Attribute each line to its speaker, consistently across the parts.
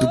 Speaker 1: Tu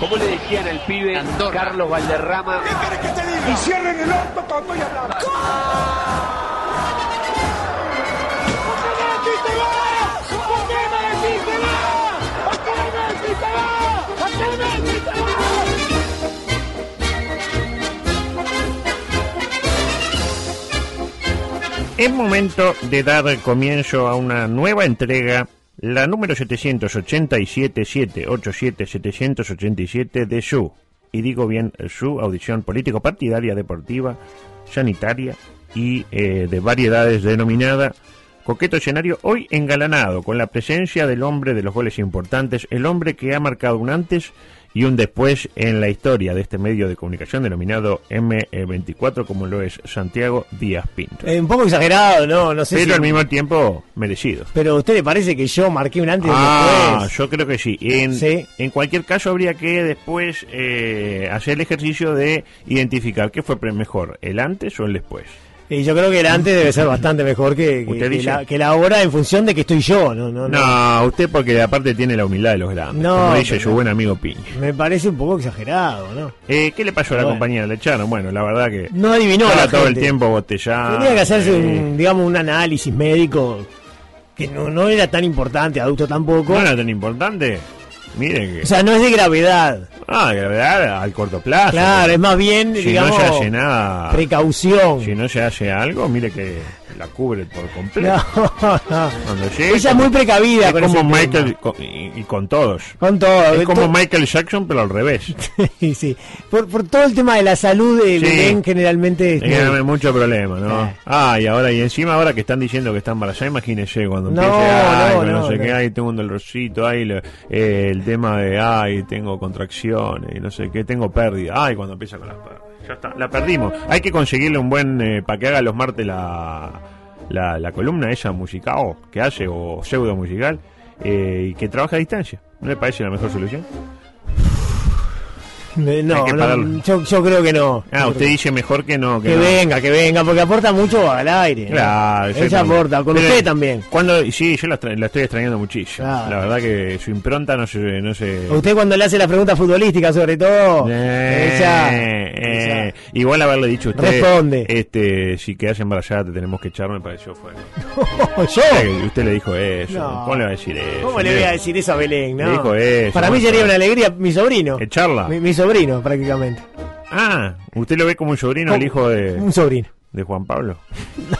Speaker 2: ¿Cómo le decían al pibe Carlos Valderrama?
Speaker 3: Es momento de dar comienzo a una nueva entrega, la número 787-787-787 de su, y digo bien, su audición político-partidaria, deportiva, sanitaria y eh, de variedades denominada Coqueto Escenario, hoy engalanado con la presencia del hombre de los goles importantes, el hombre que ha marcado un antes y un después en la historia de este medio de comunicación denominado M24, como lo es Santiago Díaz Pinto
Speaker 4: Eh, un poco exagerado, ¿no? No sé
Speaker 3: pero
Speaker 4: si-
Speaker 3: al mismo tiempo merecido.
Speaker 4: Pero a usted le parece que yo marqué un antes y un
Speaker 3: Ah,
Speaker 4: después.
Speaker 3: yo creo que sí. En,
Speaker 4: Sí.
Speaker 3: en cualquier caso, habría que después eh, hacer el ejercicio de identificar qué fue pre- mejor, el antes o el después.
Speaker 4: Y yo creo que el antes debe ser bastante mejor que, que-
Speaker 3: ¿Usted
Speaker 4: que
Speaker 3: dice?
Speaker 4: la, que la hora en función de que estoy yo. No, no, no.
Speaker 3: No, usted porque aparte tiene la humildad de los grandes,
Speaker 4: No,
Speaker 3: como dice
Speaker 4: pero-
Speaker 3: su buen amigo Piña.
Speaker 4: Me parece un poco exagerado, ¿no?
Speaker 3: Eh, ¿Qué le pasó a la
Speaker 4: Bueno.
Speaker 3: compañía? ¿Le echaron? Bueno, la verdad que...
Speaker 4: No adivinó
Speaker 3: estaba
Speaker 4: la
Speaker 3: todo el
Speaker 4: gente.
Speaker 3: tiempo botellado.
Speaker 4: Tenía que
Speaker 3: eh,
Speaker 4: hacerse, un, digamos, un análisis médico que no, no era tan importante, adulto tampoco.
Speaker 3: No era tan importante. Mire que...
Speaker 4: o sea, no es de gravedad.
Speaker 3: ah, gravedad al corto plazo.
Speaker 4: Claro, es más bien,
Speaker 3: Ah, Si
Speaker 4: digamos,
Speaker 3: no se hace nada...
Speaker 4: precaución.
Speaker 3: Si no se hace algo, mire que la cubre por completo.
Speaker 4: No, no.
Speaker 3: Cuando llega,
Speaker 4: Ella es muy precavida
Speaker 3: es
Speaker 4: con
Speaker 3: como
Speaker 4: ese tema.
Speaker 3: Michael co- y, y con todos.
Speaker 4: Con todo. eh,
Speaker 3: Es como
Speaker 4: to-
Speaker 3: Michael Jackson, pero al revés.
Speaker 4: Sí, sí. Por, por todo el tema de la salud, el
Speaker 3: Sí.
Speaker 4: Belén generalmente.
Speaker 3: Hay
Speaker 4: este,
Speaker 3: que darme mucho problema, ¿no?
Speaker 4: Eh.
Speaker 3: Ah, y ahora, y encima ahora que están diciendo que está embarazada, imagínese cuando
Speaker 4: No,
Speaker 3: empiece, ay,
Speaker 4: no,
Speaker 3: con no,
Speaker 4: no,
Speaker 3: sé
Speaker 4: no.
Speaker 3: qué, ay, tengo un dolorcito, ay, le- eh, el tema de, ay, tengo contracciones, y no sé qué, tengo pérdida, ay, cuando empieza con las pérdidas. Ya está, la perdimos. Hay que conseguirle un buen, para que haga los martes la, la, la columna esa musical que hace, o pseudo musical, eh, y que trabaja a distancia. ¿No le parece la mejor solución?
Speaker 4: eh, no,
Speaker 3: hay que
Speaker 4: no,
Speaker 3: pararlo.
Speaker 4: yo, yo creo que no.
Speaker 3: Ah, usted dice mejor que no.
Speaker 4: Que,
Speaker 3: Que, no.
Speaker 4: venga, que venga, porque aporta mucho al aire. ¿no?
Speaker 3: Claro, yo
Speaker 4: Eh, Ella
Speaker 3: también.
Speaker 4: aporta, con
Speaker 3: Pero,
Speaker 4: usted también.
Speaker 3: Cuando, sí, yo la, tra- la estoy extrañando muchísimo.
Speaker 4: Claro.
Speaker 3: La verdad que su impronta no se... No se
Speaker 4: Usted cuando le hace las preguntas futbolísticas, sobre todo,
Speaker 3: Eh,
Speaker 4: ella,
Speaker 3: eh,
Speaker 4: ella-
Speaker 3: Igual haberle dicho a usted...
Speaker 4: Responde.
Speaker 3: Este, si quedas embarazada te tenemos que echar, me pareció fue.
Speaker 4: ¿Yo?
Speaker 3: Y usted le dijo eso.
Speaker 4: No.
Speaker 3: ¿Cómo le va a decir eso?
Speaker 4: ¿Cómo le voy a decir eso a Belén?
Speaker 3: Le
Speaker 4: no?
Speaker 3: dijo eso,
Speaker 4: Para
Speaker 3: no
Speaker 4: mí sería
Speaker 3: sabe.
Speaker 4: una alegría, mi sobrino.
Speaker 3: ¿Echarla?
Speaker 4: Mi, mi sobrino, prácticamente.
Speaker 3: Ah, usted lo ve como un sobrino, el
Speaker 4: Como-
Speaker 3: hijo de,
Speaker 4: Un sobrino.
Speaker 3: de Juan Pablo.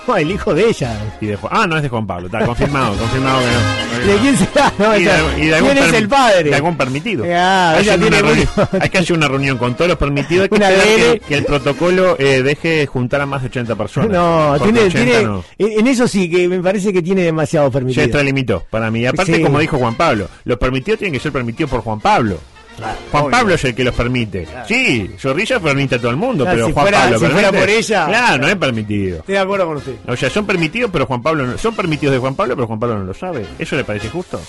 Speaker 4: No, el hijo de ella.
Speaker 3: Y de Juan- ah, no es de Juan Pablo, está confirmado, confirmado que no.
Speaker 4: ¿De quién será? No,
Speaker 3: Ah. Y de-
Speaker 4: ella-
Speaker 3: y de algún
Speaker 4: ¿Quién es
Speaker 3: permi-
Speaker 4: el padre?
Speaker 3: De algún permitido.
Speaker 4: Ah,
Speaker 3: hay, que
Speaker 4: ella
Speaker 3: hacer una
Speaker 4: tiene
Speaker 3: reunión,
Speaker 4: mucho-
Speaker 3: hay que hacer una reunión con todos los permitidos. Hay que
Speaker 4: Una
Speaker 3: esperar
Speaker 4: DN.
Speaker 3: que, que el protocolo eh, deje juntar a más de 80 personas.
Speaker 4: No,
Speaker 3: Porque
Speaker 4: tiene,
Speaker 3: 80
Speaker 4: tiene-
Speaker 3: eh, no.
Speaker 4: En en eso sí que me parece que tiene demasiado permitido.
Speaker 3: Se extralimitó para mí. Aparte,
Speaker 4: Sí.
Speaker 3: como dijo Juan Pablo, los permitidos tienen que ser permitidos por Juan Pablo. Juan
Speaker 4: obvio.
Speaker 3: Pablo es el que los permite. Sí, Zorrilla permite a todo el mundo,
Speaker 4: Claro,
Speaker 3: pero
Speaker 4: Ah, si
Speaker 3: Juan
Speaker 4: fuera-
Speaker 3: Pablo
Speaker 4: si fuera
Speaker 3: permite.
Speaker 4: por ella-
Speaker 3: Claro, no es permitido.
Speaker 4: Estoy de acuerdo con usted.
Speaker 3: O sea, son permitidos, pero Juan Pablo no- son permitidos de Juan Pablo, pero Juan Pablo no lo sabe. ¿Eso le parece justo?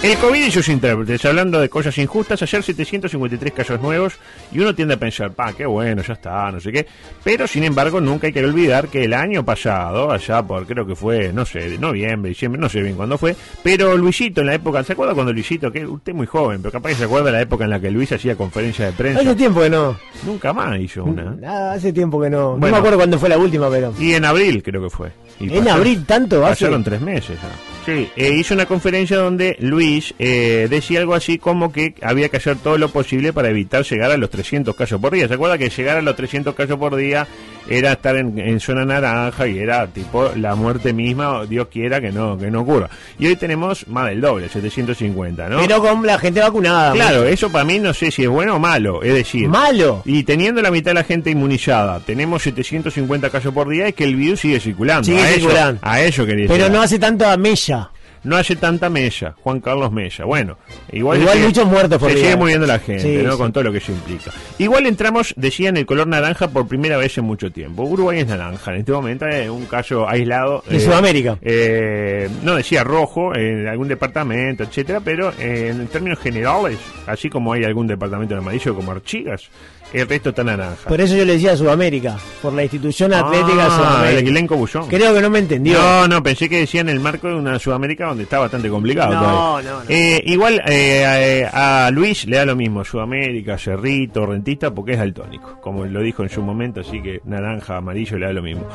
Speaker 3: El COVID y sus intérpretes, hablando de cosas injustas, ayer 753 casos nuevos y uno tiende a pensar, pa, qué bueno, ya está, no sé qué. Pero sin embargo, nunca hay que olvidar que el año pasado, allá por creo que fue, no sé, de noviembre, diciembre, no sé bien cuándo fue, pero Luisito en la época, ¿se acuerda cuando Luisito, que usted es muy joven, pero capaz que se acuerda de la época en la que Luis hacía conferencia de prensa?
Speaker 4: Hace tiempo que no.
Speaker 3: Nunca más hizo una.
Speaker 4: Ah, hace tiempo que no. no
Speaker 3: Bueno.
Speaker 4: me acuerdo cuándo fue la última, pero.
Speaker 3: Y en abril creo que fue. Y
Speaker 4: ¿En abril tanto hace?
Speaker 3: Pasaron tres meses ya. Sí, eh, hizo una conferencia donde Luis eh, decía algo así como que había que hacer todo lo posible para evitar llegar a los 300 casos por día. ¿Se acuerda que llegar a los 300 casos por día era estar en, en zona naranja y era tipo la muerte misma, o Dios quiera que no, que no ocurra? Y hoy tenemos más del doble, 750, ¿no?
Speaker 4: Pero con la gente vacunada.
Speaker 3: claro, eso para mí no sé si es bueno o malo, es decir...
Speaker 4: Malo.
Speaker 3: Y teniendo la mitad de la gente inmunizada, tenemos 750 casos por día, es que el virus sigue circulando.
Speaker 4: Sigue
Speaker 3: a
Speaker 4: circulando.
Speaker 3: Eso, a eso quería
Speaker 4: Pero
Speaker 3: llegar
Speaker 4: no hace tanta mella.
Speaker 3: no hace tanta mella, Juan Carlos Mella. Bueno, igual,
Speaker 4: Igual
Speaker 3: se sigue-
Speaker 4: muchos muertos por
Speaker 3: se
Speaker 4: día.
Speaker 3: sigue muriendo la gente,
Speaker 4: Sí,
Speaker 3: ¿no?
Speaker 4: sí.
Speaker 3: Con todo lo que eso implica. Igual entramos, decía, en el color naranja por primera vez en mucho tiempo. Uruguay es naranja, en este momento es un caso aislado.
Speaker 4: De
Speaker 3: eh,
Speaker 4: Sudamérica.
Speaker 3: eh, no decía rojo en algún departamento, etcétera, pero eh, en términos generales, así como hay algún departamento en amarillo como Artigas, el resto está naranja.
Speaker 4: Por eso yo le decía Sudamérica. Por la institución atlética de
Speaker 3: Ah, el
Speaker 4: Sudamérica.
Speaker 3: elenco Bullón.
Speaker 4: Creo que no me entendió.
Speaker 3: No, no, pensé que decía en el marco de una Sudamérica donde está bastante complicado.
Speaker 4: No,
Speaker 3: todavía.
Speaker 4: no, no.
Speaker 3: Eh, igual eh, a, a Luis le da lo mismo, Sudamérica, Cerrito, Rentista, porque es daltónico, como lo dijo en su momento, así que naranja, amarillo le da lo mismo.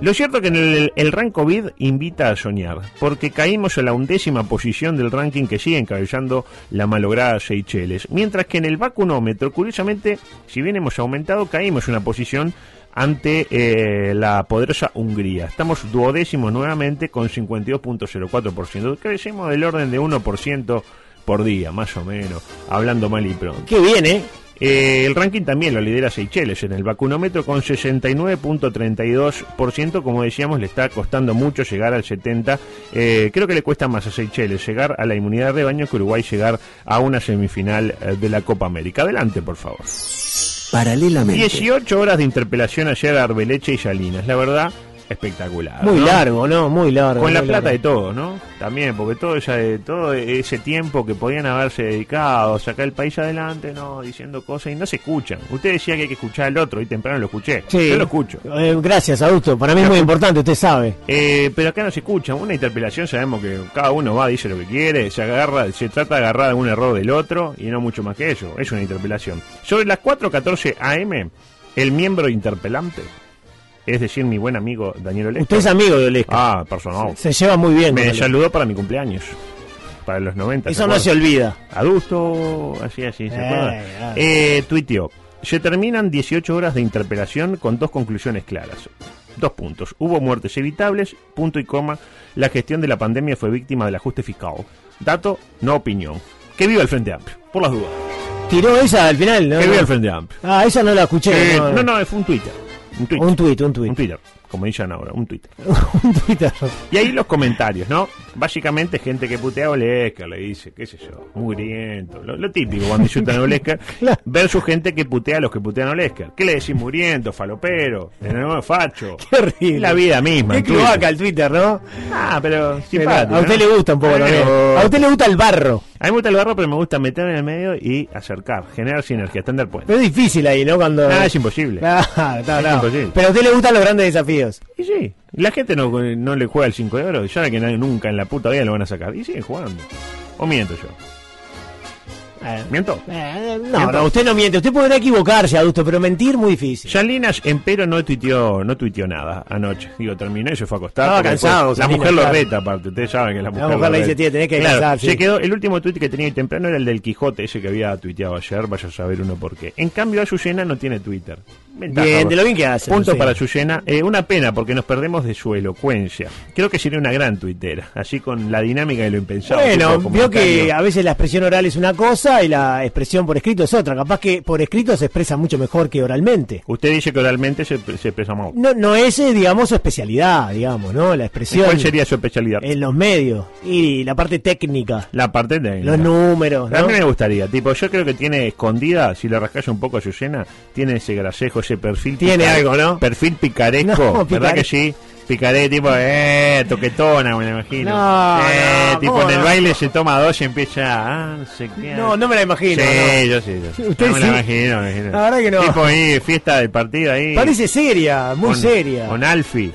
Speaker 3: Lo cierto es que en el, el rank COVID invita a soñar, porque caímos a la undécima posición del ranking que sigue encabezando la malograda Seychelles, mientras que en el vacunómetro, curiosamente, si bien hemos aumentado, caímos una posición ante eh, la poderosa Hungría. Estamos duodécimos nuevamente con 52.04%. Crecemos del orden de 1% por día, más o menos, hablando mal y pronto.
Speaker 4: Qué bien, ¿eh?
Speaker 3: Eh, el ranking también lo lidera Seychelles en el vacunómetro con 69.32%. Como decíamos, le está costando mucho llegar al 70%. Eh, creo que le cuesta más a Seychelles llegar a la inmunidad de rebaño que Uruguay llegar a una semifinal eh, de la Copa América. Adelante, por favor.
Speaker 1: Paralelamente.
Speaker 3: 18 horas de interpelación ayer a Arbeleche y Salinas, la verdad, espectacular.
Speaker 4: Muy
Speaker 3: ¿no?
Speaker 4: largo, ¿no? Muy largo.
Speaker 3: Con la
Speaker 4: muy
Speaker 3: plata
Speaker 4: largo.
Speaker 3: de todos, ¿no? También, porque todo, esa- todo ese tiempo que podían haberse dedicado a sacar el país adelante, ¿no? Diciendo cosas y no se escuchan. Usted decía que hay que escuchar al otro y temprano lo escuché.
Speaker 4: Sí.
Speaker 3: Yo lo escucho.
Speaker 4: Eh, gracias, Augusto. Para mí es muy importante, usted sabe.
Speaker 3: Eh, pero acá no se escucha. Una interpelación sabemos que cada uno va, dice lo que quiere, se agarra, se trata de agarrar algún error del otro y no mucho más que eso. Es una interpelación. Sobre las 4.14 AM, el miembro interpelante, es decir, mi buen amigo Daniel Olesca.
Speaker 4: Usted es amigo de Olesca.
Speaker 3: Ah, personal.
Speaker 4: Se lleva muy bien. con
Speaker 3: Me
Speaker 4: Olesca.
Speaker 3: saludó para mi cumpleaños. Para los 90.
Speaker 4: Eso no
Speaker 3: acuerda?
Speaker 4: se olvida.
Speaker 3: adusto, así, así, ¿se
Speaker 4: Eh,
Speaker 3: acuerdan?
Speaker 4: ah.
Speaker 3: Eh, tuiteó, se terminan 18 horas de interpelación con dos conclusiones claras. Dos puntos. Hubo muertes evitables, punto y coma. La gestión de la pandemia fue víctima del ajuste fiscal. Dato, no opinión. Que viva el Frente Amplio, por las dudas.
Speaker 4: Tiró esa al final, ¿no?
Speaker 3: que viva
Speaker 4: No.
Speaker 3: el Frente Amplio.
Speaker 4: Ah, esa no la escuché.
Speaker 3: Eh, no, no, fue un Twitter. Un Twitter.
Speaker 4: Un tuit, un
Speaker 3: Un
Speaker 4: tuit.
Speaker 3: Twitter, como dicen ahora, un Twitter.
Speaker 4: Un Twitter.
Speaker 3: Y ahí los comentarios, ¿no? Básicamente gente que putea a Olesker, le dice, qué sé yo, muriento, lo, lo típico cuando insultan a Olesker,
Speaker 4: Claro.
Speaker 3: versus gente que putea a los que putean a Olesker. ¿Qué le decís muriento, falopero, de nuevo facho?
Speaker 4: Qué horrible.
Speaker 3: La vida misma.
Speaker 4: Qué
Speaker 3: en Twitter.
Speaker 4: cloaca el Twitter, ¿no?
Speaker 3: Ah, pero
Speaker 4: Pero
Speaker 3: simpático,
Speaker 4: a usted
Speaker 3: ¿no?
Speaker 4: le gusta un poco
Speaker 3: Pero-
Speaker 4: también. A usted le gusta el barro.
Speaker 3: A mí me gusta el barro, pero me gusta meter en el medio y acercar, generar sinergia, estándar puente.
Speaker 4: Pero es difícil ahí, ¿no? Cuando.
Speaker 3: Nada es imposible.
Speaker 4: Ah, está,
Speaker 3: Es
Speaker 4: no.
Speaker 3: imposible.
Speaker 4: Pero a usted le gustan los grandes desafíos.
Speaker 3: Y sí, la gente no, no le juega el 5 de oro, ya que nadie nunca en la puta vida lo van a sacar. Y siguen jugando. O miento yo.
Speaker 4: Eh,
Speaker 3: ¿Miento?
Speaker 4: eh, no, no, usted no miente. Usted podrá equivocarse, adulto, pero mentir muy difícil.
Speaker 3: Salinas, empero, no tuiteó, no tuiteó nada anoche. Digo, terminó y se fue a acostar.
Speaker 4: Estaba
Speaker 3: porque después
Speaker 4: cansado,
Speaker 3: La
Speaker 4: Salinas,
Speaker 3: mujer lo
Speaker 4: claro.
Speaker 3: reta, aparte. Ustedes saben que la mujer,
Speaker 4: mujer
Speaker 3: lo
Speaker 4: le dice,
Speaker 3: reta.
Speaker 4: "Tía, tenés que descansar", sí.
Speaker 3: Se quedó, el último tuit que tenía hoy temprano era el del Quijote, ese que había tuiteado ayer. Vaya a saber uno por qué. En cambio, Azucena no tiene Twitter. Ventaja,
Speaker 4: Bien,
Speaker 3: vos.
Speaker 4: de lo bien que hace.
Speaker 3: Punto
Speaker 4: no sé.
Speaker 3: para Azucena. Eh, una pena, porque nos perdemos de su elocuencia. Creo que sería una gran tuitera. Así con la dinámica de lo impensado.
Speaker 4: Bueno,
Speaker 3: tipo
Speaker 4: vio que
Speaker 3: comentario.
Speaker 4: a veces la expresión oral es una cosa y la expresión por escrito es otra. Capaz que por escrito se expresa mucho mejor que oralmente.
Speaker 3: Usted dice que oralmente se, se expresa mal.
Speaker 4: No, no es, eh, digamos, su especialidad, digamos, ¿no? La expresión
Speaker 3: ¿Cuál sería su especialidad?
Speaker 4: en los medios y la parte técnica,
Speaker 3: La parte de...
Speaker 4: los números,
Speaker 3: A
Speaker 4: ¿no?
Speaker 3: mí me gustaría, tipo, yo creo que tiene escondida, si le rascas un poco a Susana, tiene ese grasejo, ese perfil.
Speaker 4: Tiene
Speaker 3: picar-
Speaker 4: algo, ¿no?
Speaker 3: Perfil picaresco,
Speaker 4: No,
Speaker 3: ¿verdad
Speaker 4: picare-
Speaker 3: que sí? Picaré, tipo, eh, toquetona, me lo imagino.
Speaker 4: No,
Speaker 3: eh,
Speaker 4: no,
Speaker 3: tipo,
Speaker 4: ¿cómo
Speaker 3: en el
Speaker 4: no?
Speaker 3: baile se toma dos y empieza, ah, no sé qué.
Speaker 4: No, no me la
Speaker 3: Sí,
Speaker 4: imagino. no.
Speaker 3: yo sí, yo sí.
Speaker 4: Usted
Speaker 3: no me
Speaker 4: sí.
Speaker 3: lo imagino, me imagino.
Speaker 4: La verdad que no.
Speaker 3: Tipo ahí, fiesta del partido ahí.
Speaker 4: Parece seria, muy
Speaker 3: con-
Speaker 4: seria.
Speaker 3: Con Alfi.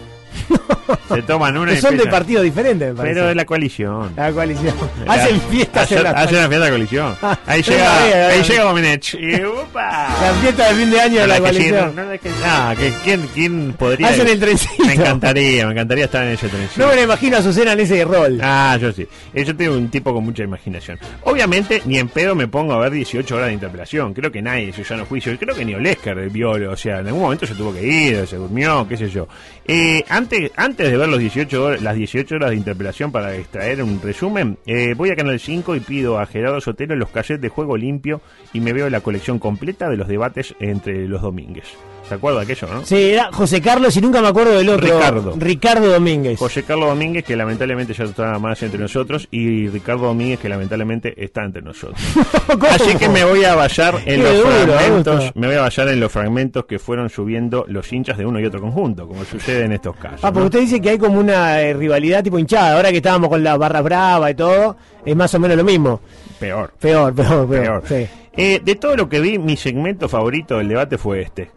Speaker 3: Se toman una y
Speaker 4: Que son de
Speaker 3: empiezan.
Speaker 4: partidos diferentes, me parece.
Speaker 3: Pero de la coalición.
Speaker 4: la coalición.
Speaker 3: La-
Speaker 4: Hacen fiestas
Speaker 3: hace-
Speaker 4: en la,
Speaker 3: Hacen la fiesta de coalición.
Speaker 4: Ah,
Speaker 3: Ahí
Speaker 4: no sabía,
Speaker 3: llega, ahí
Speaker 4: no.
Speaker 3: llega Domenech. Y ¡upa!
Speaker 4: la fiesta de fin de año de
Speaker 3: No
Speaker 4: la
Speaker 3: la que sí,
Speaker 4: coalición.
Speaker 3: no la que- Ah, que- ¿quién, ¿quién podría...?
Speaker 4: Hacen el trencito.
Speaker 3: Me encantaría, me encantaría estar en ese trencito.
Speaker 4: No me la imagino a Susana en ese rol.
Speaker 3: Ah, yo sí. Eh, Yo tengo un tipo con mucha imaginación. Obviamente, ni en pedo me pongo a ver 18 horas de interpelación. Creo que nadie, Susano Juicio, y creo que ni Olesker el violo. O sea, en algún momento se tuvo que ir, se durmió, qué sé yo. Eh, antes, antes de ver los 18 horas, las 18 horas de interpelación para extraer un resumen, eh, voy a Canal 5 y pido a Gerardo Sotelo los cassettes de Juego Limpio y me veo la colección completa de los debates entre los domínguez. ¿Se acuerda de aquello, no?
Speaker 4: Sí, era José Carlos y nunca me acuerdo del otro.
Speaker 3: Ricardo.
Speaker 4: Ricardo Domínguez.
Speaker 3: José Carlos Domínguez, que lamentablemente ya no está más entre nosotros, y Ricardo Domínguez, que lamentablemente está entre nosotros.
Speaker 4: ¿Cómo?
Speaker 3: Así que me voy a basar en
Speaker 4: Qué
Speaker 3: los
Speaker 4: duro,
Speaker 3: fragmentos,
Speaker 4: Augusto.
Speaker 3: me voy a basar en los fragmentos que fueron subiendo los hinchas de uno y otro conjunto, como sucede en estos casos.
Speaker 4: Ah, porque
Speaker 3: ¿no?
Speaker 4: usted dice que hay como una eh, rivalidad tipo hinchada. Ahora que estábamos con las barras bravas y todo, es más o menos lo mismo.
Speaker 3: Peor.
Speaker 4: Peor, peor, peor.
Speaker 3: peor.
Speaker 4: Sí.
Speaker 3: Eh, de todo lo que vi, mi segmento favorito del debate fue este.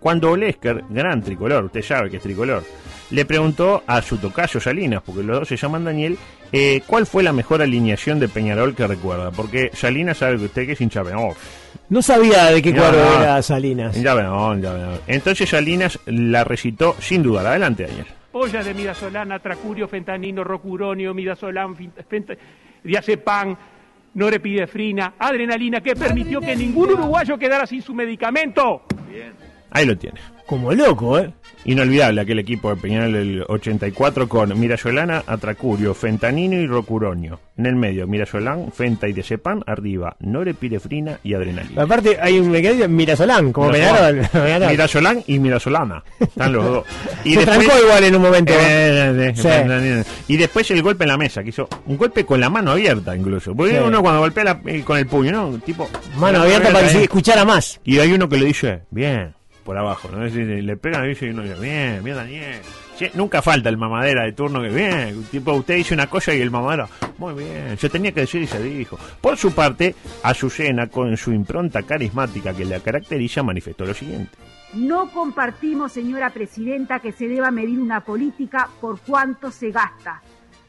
Speaker 3: Cuando Olesker, gran tricolor, usted sabe que es tricolor, le preguntó a su tocayo Salinas, porque los dos se llaman Daniel, eh, cuál fue la mejor alineación de Peñarol que recuerda. Porque Salinas sabe que usted que es hincha Peñarol.
Speaker 4: No sabía de qué
Speaker 3: No,
Speaker 4: cuadro
Speaker 3: no.
Speaker 4: era Salinas.
Speaker 3: Hincha Peñarol, hincha Peñarol. Entonces Salinas la recitó sin dudar. Adelante, Daniel.
Speaker 5: ollas de midasolana, tracurio, fentanino, rocuronio, midasolán, fin- fenta- diazepam, norepidefrina, adrenalina, que permitió que ningún uruguayo quedara sin su medicamento.
Speaker 3: Ahí lo tiene.
Speaker 4: Como loco, ¿eh?
Speaker 3: Inolvidable aquel equipo de Peñarol del 84 con Mirayolana, Atracurio, Fentanino y Rocuroño. En el medio, Mirayolán, Fenta y Decepan, arriba, Norepirefrina y Adrenalina.
Speaker 4: Aparte, hay un me quedé- Mirasolán, como Peñarol. Peñarol.
Speaker 3: Mirayolán y Mirasolana. Están los dos. Y
Speaker 4: Se trancó igual en un momento. ¿eh?
Speaker 3: Eh, eh, eh,
Speaker 4: Sí.
Speaker 3: eh, Y después el golpe en la mesa, que hizo un golpe con la mano abierta incluso. Porque
Speaker 4: Sí.
Speaker 3: uno cuando golpea la- eh, con el puño, ¿no? Tipo,
Speaker 4: Mano abierta para que se
Speaker 3: eh.
Speaker 4: escuchara más.
Speaker 3: Y hay uno que le dice, bien, por abajo, ¿no? Es decir, le pega y uno dice, bien, bien, Daniel. Sí, nunca falta el mamadera de turno que, bien, tipo, usted dice una cosa y el mamadera, muy bien, se tenía que decir y se dijo. Por su parte, Azucena, con su impronta carismática que la caracteriza, manifestó lo siguiente.
Speaker 6: No compartimos, señora presidenta, que se deba medir una política por cuánto se gasta.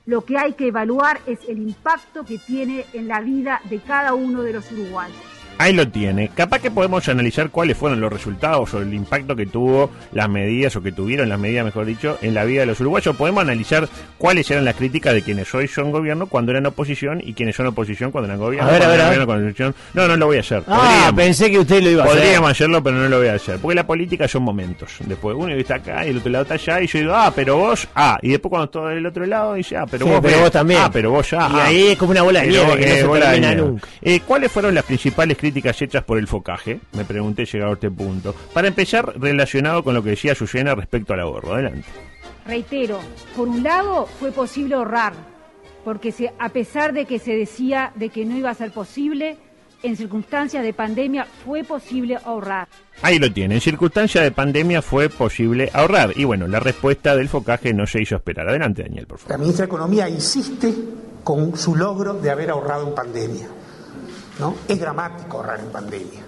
Speaker 6: Lo que hay que evaluar es el impacto que tiene en la vida de cada uno de los uruguayos.
Speaker 3: Ahí lo tiene. Capaz que podemos analizar cuáles fueron los resultados o el impacto que tuvo las medidas o que tuvieron las medidas, mejor dicho, en la vida de los uruguayos. Podemos analizar cuáles eran las críticas de quienes hoy son gobierno cuando eran oposición y quienes son oposición cuando eran gobierno.
Speaker 4: A ver, a
Speaker 3: cuando
Speaker 4: ver,
Speaker 3: eran
Speaker 4: a
Speaker 3: gobierno,
Speaker 4: ver.
Speaker 3: cuando eran oposición. No, no lo voy a hacer.
Speaker 4: Ah,
Speaker 3: Podríamos.
Speaker 4: pensé que usted lo iba a hacer.
Speaker 3: Podríamos hacerlo, pero no lo voy a hacer. Porque la política son momentos. Después uno está acá y el otro lado está allá y yo digo, ah, pero vos, ah. Y después cuando todo el otro lado dice, ah, pero,
Speaker 4: Sí,
Speaker 3: vos,
Speaker 4: pero
Speaker 3: ves.
Speaker 4: vos también.
Speaker 3: Ah, pero vos ya.
Speaker 4: Y
Speaker 3: ah.
Speaker 4: ahí es como una bola de
Speaker 3: Pero,
Speaker 4: nieve que no
Speaker 3: eh,
Speaker 4: se
Speaker 3: bola de
Speaker 4: termina
Speaker 3: nieve.
Speaker 4: nunca.
Speaker 3: Eh, ¿Cuáles fueron las principales críticas hechas por el focaje? Me pregunté llegado a este punto. Para empezar, relacionado con lo que decía Susana respecto al ahorro. Adelante.
Speaker 6: Reitero, por un lado fue posible ahorrar, porque se- a pesar de que se decía de que no iba a ser posible, en circunstancias de pandemia fue posible ahorrar.
Speaker 3: Ahí lo tiene. En circunstancia de pandemia fue posible ahorrar. Y bueno, la respuesta del focaje no se hizo esperar. Adelante, Daniel, por favor.
Speaker 7: La ministra de Economía insiste con su logro de haber ahorrado en pandemia. ¿no? Es dramático ahorrar en pandemia.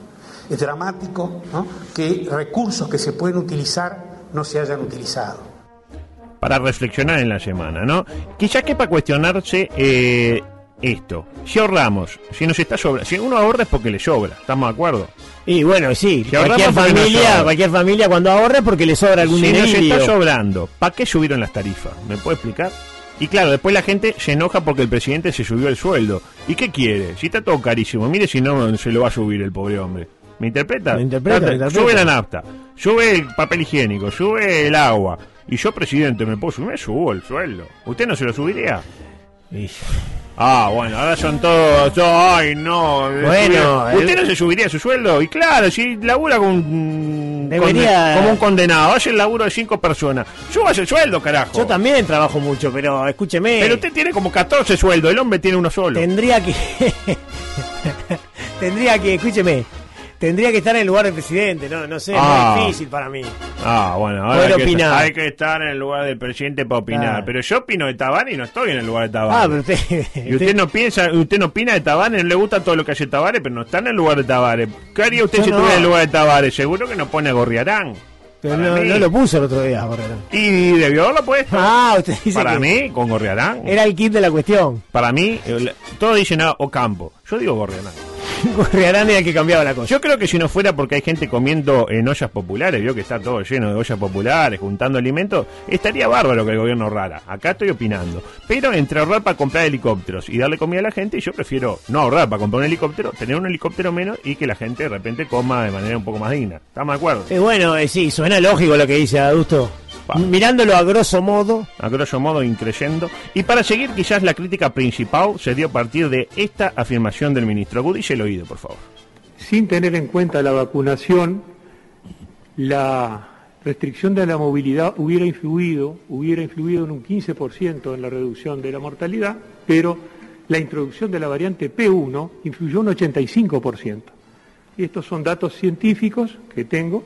Speaker 7: Es dramático ¿no? que recursos que se pueden utilizar no se hayan utilizado.
Speaker 3: Para reflexionar en la semana, ¿no? Quizás que para cuestionarse eh, esto. Si ahorramos, si nos está sobra, si uno ahorra es porque le sobra. ¿Estamos de acuerdo?
Speaker 4: Y bueno, sí,
Speaker 3: Si
Speaker 4: cualquier
Speaker 3: ahorramos porque nos
Speaker 4: familia,
Speaker 3: sobra.
Speaker 4: cualquier familia cuando ahorra es porque le sobra algún
Speaker 3: Si nos
Speaker 4: dinero.
Speaker 3: está sobrando, ¿para qué subieron las tarifas? ¿Me puede explicar? Y claro, después la gente se enoja porque el presidente se subió el sueldo. ¿Y qué quiere? Si está todo carísimo, mire si no se lo va a subir el pobre hombre. ¿Me interpreta?
Speaker 4: Me interpreta,
Speaker 3: Trata-
Speaker 4: me interpreta.
Speaker 3: Sube la nafta, sube el papel higiénico, sube el agua. Y yo, presidente, ¿me puedo subir? Me subo el sueldo. ¿Usted no se lo subiría?
Speaker 4: Y-
Speaker 3: Ah, bueno, ahora son todos. yo, ay, no. me
Speaker 4: Bueno, eh,
Speaker 3: subí- ¿Usted
Speaker 4: el-
Speaker 3: no se subiría su sueldo? Y claro, si labura con.
Speaker 4: Debería-
Speaker 3: con- como un condenado, hace el laburo de cinco personas. Subas el sueldo, carajo.
Speaker 4: Yo también trabajo mucho, pero escúcheme.
Speaker 3: Pero usted tiene como 14 sueldos, el hombre tiene uno solo.
Speaker 4: Tendría que. tendría que, escúcheme. Tendría que estar en el lugar del presidente, no, no sé, es
Speaker 3: Ah.
Speaker 4: muy difícil para mí.
Speaker 3: Ah, bueno, ahora
Speaker 4: Puede
Speaker 3: hay, que
Speaker 4: opinar.
Speaker 3: estar, hay que estar en el lugar del presidente para opinar.
Speaker 4: Claro.
Speaker 3: Pero yo opino de Tabani y no estoy en el lugar de Tabani.
Speaker 4: Ah, pero usted.
Speaker 3: Y usted no piensa, usted no opina de Tabares, no le gusta todo lo que hace Tabares, pero no está en el lugar de Tabares. ¿Qué haría usted
Speaker 4: Yo
Speaker 3: si
Speaker 4: no.
Speaker 3: estuviera en el lugar de Tabares? Seguro que no pone a Gorriarán.
Speaker 4: Pero
Speaker 3: Para
Speaker 4: no,
Speaker 3: mí.
Speaker 4: no lo puso el otro día, Gorriarán.
Speaker 3: Y debió haberlo puesto.
Speaker 4: Ah, usted dice
Speaker 3: para
Speaker 4: que
Speaker 3: mí, con Gorriarán.
Speaker 4: era el kit de la cuestión.
Speaker 3: Para mí, el- todos dicen ah, Ocampo. Yo digo Gorriarán.
Speaker 4: Gorriarán era el que cambiaba la cosa.
Speaker 3: Yo creo que si no fuera porque hay gente comiendo en ollas populares, vio que está todo lleno de ollas populares, juntando alimentos, estaría bárbaro que el gobierno ahorrara. Acá estoy opinando. Pero entre ahorrar para comprar helicópteros y darle comida a la gente, yo prefiero no ahorrar para comprar un helicóptero, tener un helicóptero menos y que la gente de repente coma de manera un poco más digna. ¿Estamos de acuerdo?
Speaker 4: Eh, bueno, eh, sí, suena lógico lo que dice Adusto.
Speaker 3: Pa.
Speaker 4: Mirándolo a grosso modo,
Speaker 3: a grosso modo increyendo. Y para seguir, quizás la crítica principal se dio a partir de esta afirmación del ministro. Gudis el oído, por favor.
Speaker 5: sin tener en cuenta la vacunación, la restricción de la movilidad hubiera influido, hubiera influido en un 15% en la reducción de la mortalidad, pero la introducción de la variante P1 influyó un 85%. Y estos son datos científicos que tengo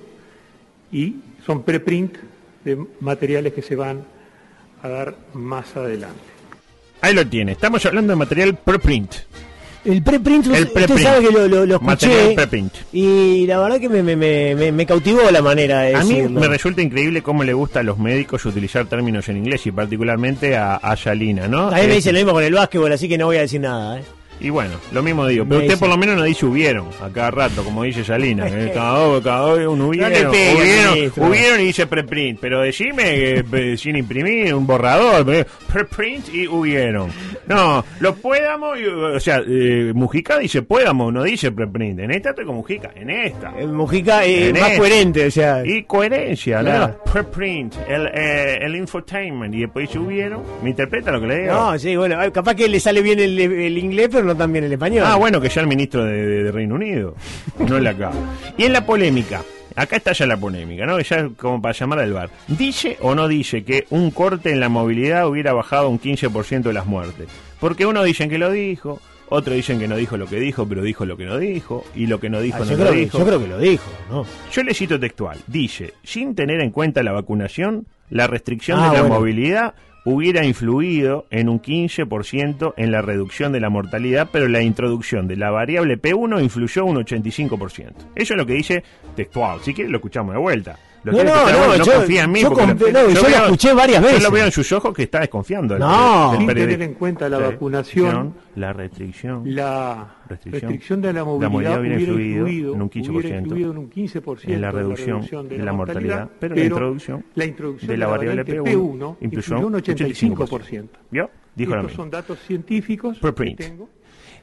Speaker 5: y son preprint de materiales que se van a dar más adelante.
Speaker 3: Ahí lo tiene. Estamos hablando de material preprint.
Speaker 4: el preprint,
Speaker 3: El
Speaker 4: usted
Speaker 3: preprint.
Speaker 4: sabe que lo, lo- lo
Speaker 3: Material
Speaker 4: escuché.
Speaker 3: preprint.
Speaker 4: Y la verdad que me, me- me- me- me cautivó la manera de
Speaker 3: A mí
Speaker 4: decirlo.
Speaker 3: me resulta increíble cómo le gusta a los médicos utilizar términos en inglés y particularmente a, a Yalina, ¿no?
Speaker 4: A mí me
Speaker 3: Eh,
Speaker 4: dicen lo mismo con el básquetbol, así que no voy a decir nada. ¿eh?
Speaker 3: Y bueno, lo mismo digo.
Speaker 4: Me
Speaker 3: Pero usted
Speaker 4: dice-
Speaker 3: por lo menos no dice hubieron a cada rato, como dice Yalina. Eh, cada dos, cada dos, un hubieron.
Speaker 4: le pegue, ministro.
Speaker 3: hubieron, hubieron y dice preprint. Pero decime que eh, sin imprimir, un borrador. eh, Preprint y hubieron. No, los puédamos. y, eh, o sea, eh, Mujica dice puédamos, no dice preprint. En esta estoy con Mujica, en esta.
Speaker 4: Eh, Mujica eh,
Speaker 3: En
Speaker 4: más
Speaker 3: esta.
Speaker 4: coherente, o sea.
Speaker 3: Y coherencia, ¿no?
Speaker 4: Claro.
Speaker 3: Preprint, el, eh, el infotainment. Y después dice hubieron. ¿Me interpreta lo que le digo?
Speaker 4: No, sí, bueno, eh, capaz que le sale bien el, el inglés, pero no tan bien el español.
Speaker 3: Ah, bueno, que ya el ministro de, de- de Reino Unido, no el de acá. Y en la polémica, acá está ya la polémica, ¿no? Ya como para llamar al bar. ¿Dice o no dice que un corte en la movilidad hubiera bajado un 15% de las muertes? Porque unos dicen que lo dijo, otros dicen que no dijo lo que dijo, pero dijo lo que no dijo, y lo que no dijo no
Speaker 4: Ah, yo,
Speaker 3: lo
Speaker 4: creo que,
Speaker 3: dijo.
Speaker 4: yo creo que lo dijo, ¿no?
Speaker 3: Yo le cito textual. Dice, sin tener en cuenta la vacunación, la restricción
Speaker 4: Ah,
Speaker 3: de la
Speaker 4: bueno.
Speaker 3: movilidad hubiera influido en un 15% en la reducción de la mortalidad, pero la introducción de la variable P1 influyó un 85%. Eso es lo que dice textual. Si quiere lo escuchamos de vuelta. Lo
Speaker 4: No,
Speaker 3: quiere
Speaker 4: no,
Speaker 3: escuchar de
Speaker 4: no,
Speaker 3: vuelta,
Speaker 4: yo-
Speaker 3: confía en mí.
Speaker 4: yo
Speaker 3: porque lo-
Speaker 4: confi- no, yo la escuché varias
Speaker 3: Yo
Speaker 4: veces.
Speaker 3: lo veo en sus ojos que está desconfiando. del-
Speaker 4: No.
Speaker 3: del
Speaker 5: Sin
Speaker 3: periodista.
Speaker 5: tener en cuenta la vacunación,
Speaker 3: La restricción.
Speaker 5: La
Speaker 3: Restricción.
Speaker 5: restricción, de la movilidad,
Speaker 3: La movilidad hubiera
Speaker 5: hubiera,
Speaker 3: influido
Speaker 5: influido,
Speaker 3: en un 15%,
Speaker 5: hubiera influido en un 15%
Speaker 3: en la reducción de la mortalidad, pero la introducción
Speaker 5: la introducción
Speaker 3: de la variable
Speaker 5: variante
Speaker 3: P1
Speaker 5: P1
Speaker 3: influyó
Speaker 5: influyó un
Speaker 3: un 85%.
Speaker 5: 85%.
Speaker 3: ¿Vio? Dijo la
Speaker 5: Estos
Speaker 3: misma.
Speaker 5: son datos científicos que
Speaker 3: Preprint.
Speaker 5: tengo.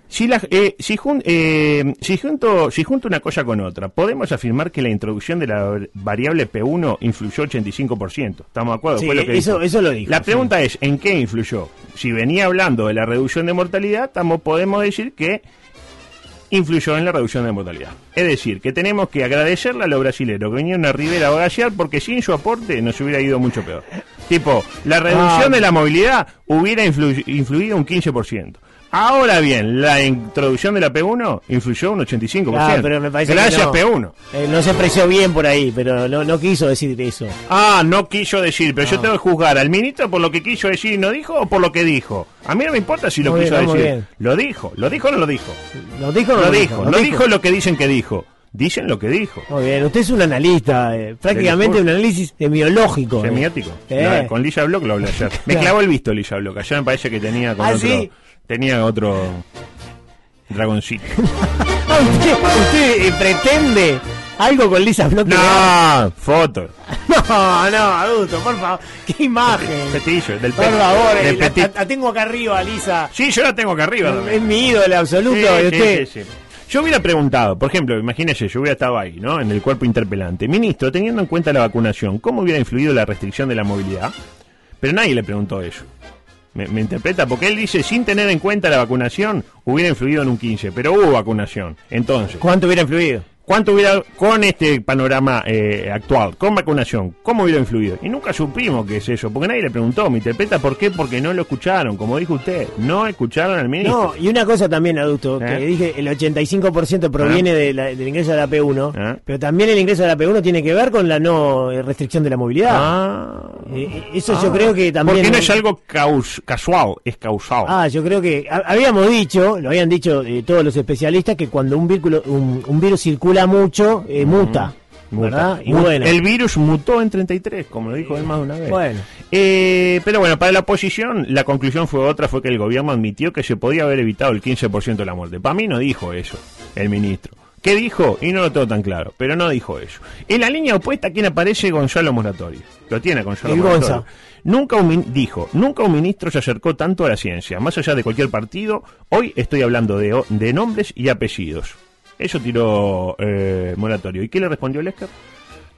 Speaker 3: Si, la- eh, si, jun- eh, si junto, si junto una cosa con otra, podemos afirmar que la introducción de la variable P1 influyó 85%. ¿Estamos de acuerdo?
Speaker 4: Sí,
Speaker 3: Fue lo que
Speaker 4: eso-
Speaker 3: dijo.
Speaker 4: eso lo dijo,
Speaker 3: La
Speaker 4: sí.
Speaker 3: pregunta es, ¿en qué influyó? Si venía hablando de la reducción de mortalidad, tamo- podemos decir que influyó en la reducción de mortalidad. Es decir, que tenemos que agradecerle a los brasileros que vinieron a Rivera a gasear porque sin su aporte nos hubiera ido mucho peor. Tipo, la reducción
Speaker 4: Ah.
Speaker 3: de la movilidad hubiera influ- influido un 15%. Ahora bien, la introducción de la P1 influyó un 85%.
Speaker 4: Ah, pero me parece que
Speaker 3: Gracias
Speaker 4: no.
Speaker 3: P1.
Speaker 4: Eh, no se expresó bien por ahí, pero no, no quiso decir eso.
Speaker 3: Ah, no quiso decir, pero
Speaker 4: Ah.
Speaker 3: yo tengo que juzgar al ministro por lo que quiso decir y no dijo o por lo que dijo. A mí no me importa si lo
Speaker 4: Muy bien,
Speaker 3: quiso
Speaker 4: muy
Speaker 3: decir.
Speaker 4: bien.
Speaker 3: Lo dijo, lo dijo o no lo dijo.
Speaker 4: ¿Lo dijo o no
Speaker 3: Lo dijo, no dijo lo que dicen que dijo. Dicen lo que dijo.
Speaker 4: Muy bien, usted es un analista, eh, prácticamente
Speaker 3: Del
Speaker 4: un análisis semiológico. eh.
Speaker 3: Semiótico.
Speaker 4: Eh.
Speaker 3: No, con Lilla Block lo hablé ayer. Me
Speaker 4: Claro.
Speaker 3: clavó el visto Lilla Block. Ayer me parece que tenía con
Speaker 4: ¿Ah,
Speaker 3: otro.
Speaker 4: sí?
Speaker 3: Tenía otro. Dragoncito.
Speaker 4: Ah, usted usted, eh, pretende algo con Lisa Bloch.
Speaker 3: ¡No! Foto.
Speaker 4: no, no, adulto, por favor. ¡Qué imagen!
Speaker 3: Petillo, del
Speaker 4: Por
Speaker 3: pe-
Speaker 4: favor, eh,
Speaker 3: del
Speaker 4: la,
Speaker 3: petit-
Speaker 4: la- Eh, la tengo acá arriba, Lisa.
Speaker 3: Sí, yo la tengo acá arriba también.
Speaker 4: Es mi ídola absoluto.
Speaker 3: Sí,
Speaker 4: y
Speaker 3: sí,
Speaker 4: usted,
Speaker 3: sí, sí. Yo hubiera preguntado, por ejemplo, imagínese, yo hubiera estado ahí, ¿no? En el cuerpo interpelante. Ministro, teniendo en cuenta la vacunación, ¿cómo hubiera influido la restricción de la movilidad? Pero nadie le preguntó eso. Me, me interpreta, porque él dice, sin tener en cuenta la vacunación, hubiera influido en un 15, pero hubo vacunación. Entonces,
Speaker 4: ¿cuánto hubiera influido?
Speaker 3: ¿cuánto hubiera, con este panorama eh, actual, con vacunación, cómo hubiera influido? Y nunca supimos qué es eso, porque nadie le preguntó. Me interpreta, ¿por qué? Porque no lo escucharon, como dijo usted, no escucharon al ministro.
Speaker 4: No, y una cosa también, adulto, que
Speaker 3: ¿Eh?
Speaker 4: dije, el 85% proviene de la- del ingreso de la P1,
Speaker 3: ¿Eh?
Speaker 4: pero también el ingreso de la P1 tiene que ver con la no eh, restricción de la movilidad.
Speaker 3: Ah.
Speaker 4: Eh, Eso yo creo que también.
Speaker 3: Porque no es algo caus- casual, es causal.
Speaker 4: Ah, yo creo que ha- habíamos dicho, lo habían dicho eh, todos los especialistas, que cuando un, vírculo- un, un virus circula mucho, eh, muta. ¿verdad? Y
Speaker 3: Mu-
Speaker 4: bueno.
Speaker 3: Mm. El virus mutó en 33, como lo dijo él más de una vez.
Speaker 4: Bueno.
Speaker 3: Eh, pero bueno, para la oposición, la conclusión fue otra, fue que el gobierno admitió que se podía haber evitado el 15% de la muerte. Para mí no dijo eso el ministro. ¿Qué dijo? Y no lo tengo tan claro, pero no dijo eso. En la línea opuesta, ¿quién aparece? Gonzalo Moratorio. Lo tiene Gonzalo
Speaker 4: El
Speaker 3: Moratorio.
Speaker 4: Gonza.
Speaker 3: Nunca un min- dijo, nunca un ministro se acercó tanto a la ciencia, más allá de cualquier partido. Hoy estoy hablando de, o- de nombres y apellidos. Eso tiró eh, Moratorio. ¿Y qué le respondió Lesker?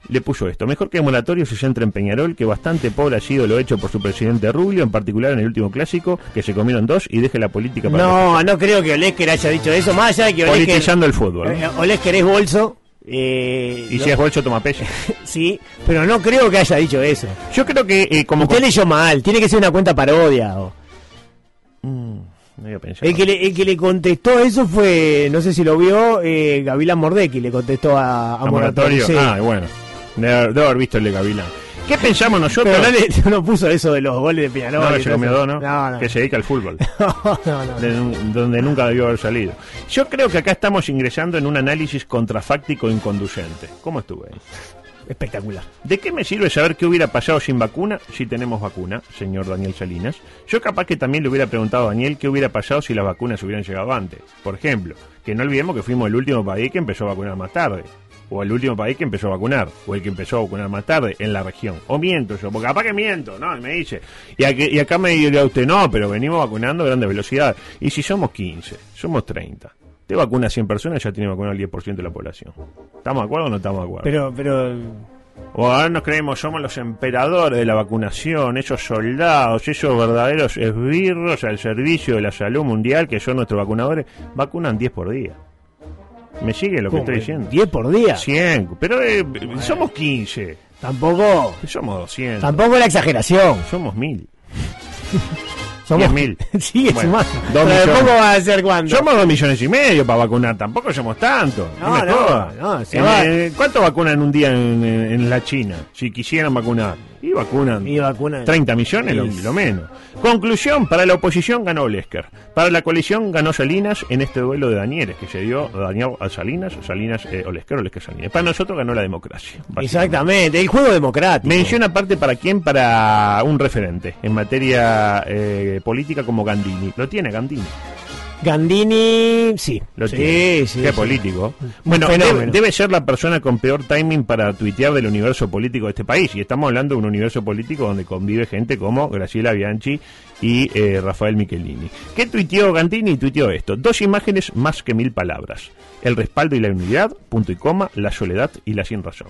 Speaker 3: Le puso esto. Mejor que Moratorio se centre en Peñarol, que bastante pobre ha sido lo hecho por su presidente Rubio, en particular en el último clásico, que se comieron dos y deje la política para
Speaker 4: No, no creo que Olesker haya dicho eso, más allá de que Olesker,
Speaker 3: politizando el fútbol. ¿no?
Speaker 4: eh, Olesker es bolso. eh,
Speaker 3: Y
Speaker 4: no-
Speaker 3: si es bolso, toma pecho.
Speaker 4: sí, pero no creo que haya dicho eso.
Speaker 3: Yo creo que eh, como...
Speaker 4: Usted leyó mal, tiene que ser una cuenta parodia. o-
Speaker 3: No había pensado.
Speaker 4: El, que le, el que le contestó eso fue, no sé si lo vio, eh, Gavilán Mordecki le contestó a, a
Speaker 3: a moratorio.
Speaker 4: Moratorio. sí.
Speaker 3: Ah, bueno. De haber, de haber visto el de Gavilán. ¿Qué pensamos nosotros?
Speaker 4: Pero no, le- no puso eso de los goles de Peñarol.
Speaker 3: No,
Speaker 4: y
Speaker 3: se
Speaker 4: todo
Speaker 3: comió
Speaker 4: eso.
Speaker 3: dos, ¿no?
Speaker 4: No, no.
Speaker 3: Que se dedica al fútbol.
Speaker 4: No, no, no.
Speaker 3: de nu- donde nunca debió haber salido. Yo creo que acá estamos ingresando en un análisis contrafáctico inconducente. ¿Cómo estuve ahí?
Speaker 4: Espectacular.
Speaker 3: ¿De qué me sirve saber qué hubiera pasado sin vacuna si tenemos vacuna, señor Daniel Salinas? Yo capaz que también le hubiera preguntado a Daniel qué hubiera pasado si las vacunas hubieran llegado antes. Por ejemplo, que no olvidemos que fuimos el último país que empezó a vacunar más tarde. O el último país que empezó a vacunar, o el que empezó a vacunar más tarde en la región. O miento yo, porque capaz que miento, ¿no? Y me dice. Y, aquí- y acá me dirá usted, no, pero venimos vacunando a grande velocidad. Y si somos 15, somos 30. Te vacuna 100 personas, ya tiene vacunado el 10% de la población. ¿Estamos de acuerdo o no estamos de acuerdo?
Speaker 4: Pero, pero.
Speaker 3: O ahora nos creemos, somos los emperadores de la vacunación, esos soldados, esos verdaderos esbirros al servicio de la salud mundial que son nuestros vacunadores, vacunan 10 por día. ¿Me sigue lo que
Speaker 4: ¿cómo?
Speaker 3: estoy diciendo?
Speaker 4: 10 por día.
Speaker 3: 100, pero eh, somos 15,
Speaker 4: Tampoco.
Speaker 3: somos 200,
Speaker 4: Tampoco la exageración.
Speaker 3: somos 1000.
Speaker 4: Somos
Speaker 3: 10.000.
Speaker 4: Sigue
Speaker 3: Bueno,
Speaker 4: sumando.
Speaker 3: dos
Speaker 4: Pero
Speaker 3: millones.
Speaker 4: ¿Cómo va a ser cuando?
Speaker 3: Somos 2 millones y medio para vacunar, tampoco somos tanto. No,
Speaker 4: No,
Speaker 3: me
Speaker 4: no,
Speaker 3: jodas.
Speaker 4: no, se
Speaker 3: En,
Speaker 4: va.
Speaker 3: eh, ¿Cuánto vacunan en un día en, en- en la China? Si quisieran vacunar. Y vacunan.
Speaker 4: Y vacuna.
Speaker 3: 30 millones, lo,
Speaker 4: Sí.
Speaker 3: lo menos. Conclusión, para la oposición ganó Lesker. Para la coalición ganó Salinas en este duelo de Danieles, que se dio Daniel a Salinas, Salinas eh, Olesker, Olesker Salinas. Para nosotros ganó la democracia. básicamente.
Speaker 4: Exactamente, el juego democrático.
Speaker 3: Mención aparte para quién, para un referente en materia eh, política como Gandini. Lo tiene Gandini.
Speaker 4: Gandini, sí.
Speaker 3: Lo
Speaker 4: sí,
Speaker 3: tiene.
Speaker 4: sí,
Speaker 3: Qué
Speaker 4: sí.
Speaker 3: político. Bueno, debe,
Speaker 4: Fenómeno.
Speaker 3: debe ser la persona con peor timing para tuitear del universo político de este país. Y estamos hablando de un universo político donde convive gente como Graciela Bianchi y eh, Rafael Michelini. ¿Qué tuiteó Gandini? Tuiteó esto. Dos imágenes más que mil palabras. El respaldo y la unidad, punto y coma, la soledad y la sin razón.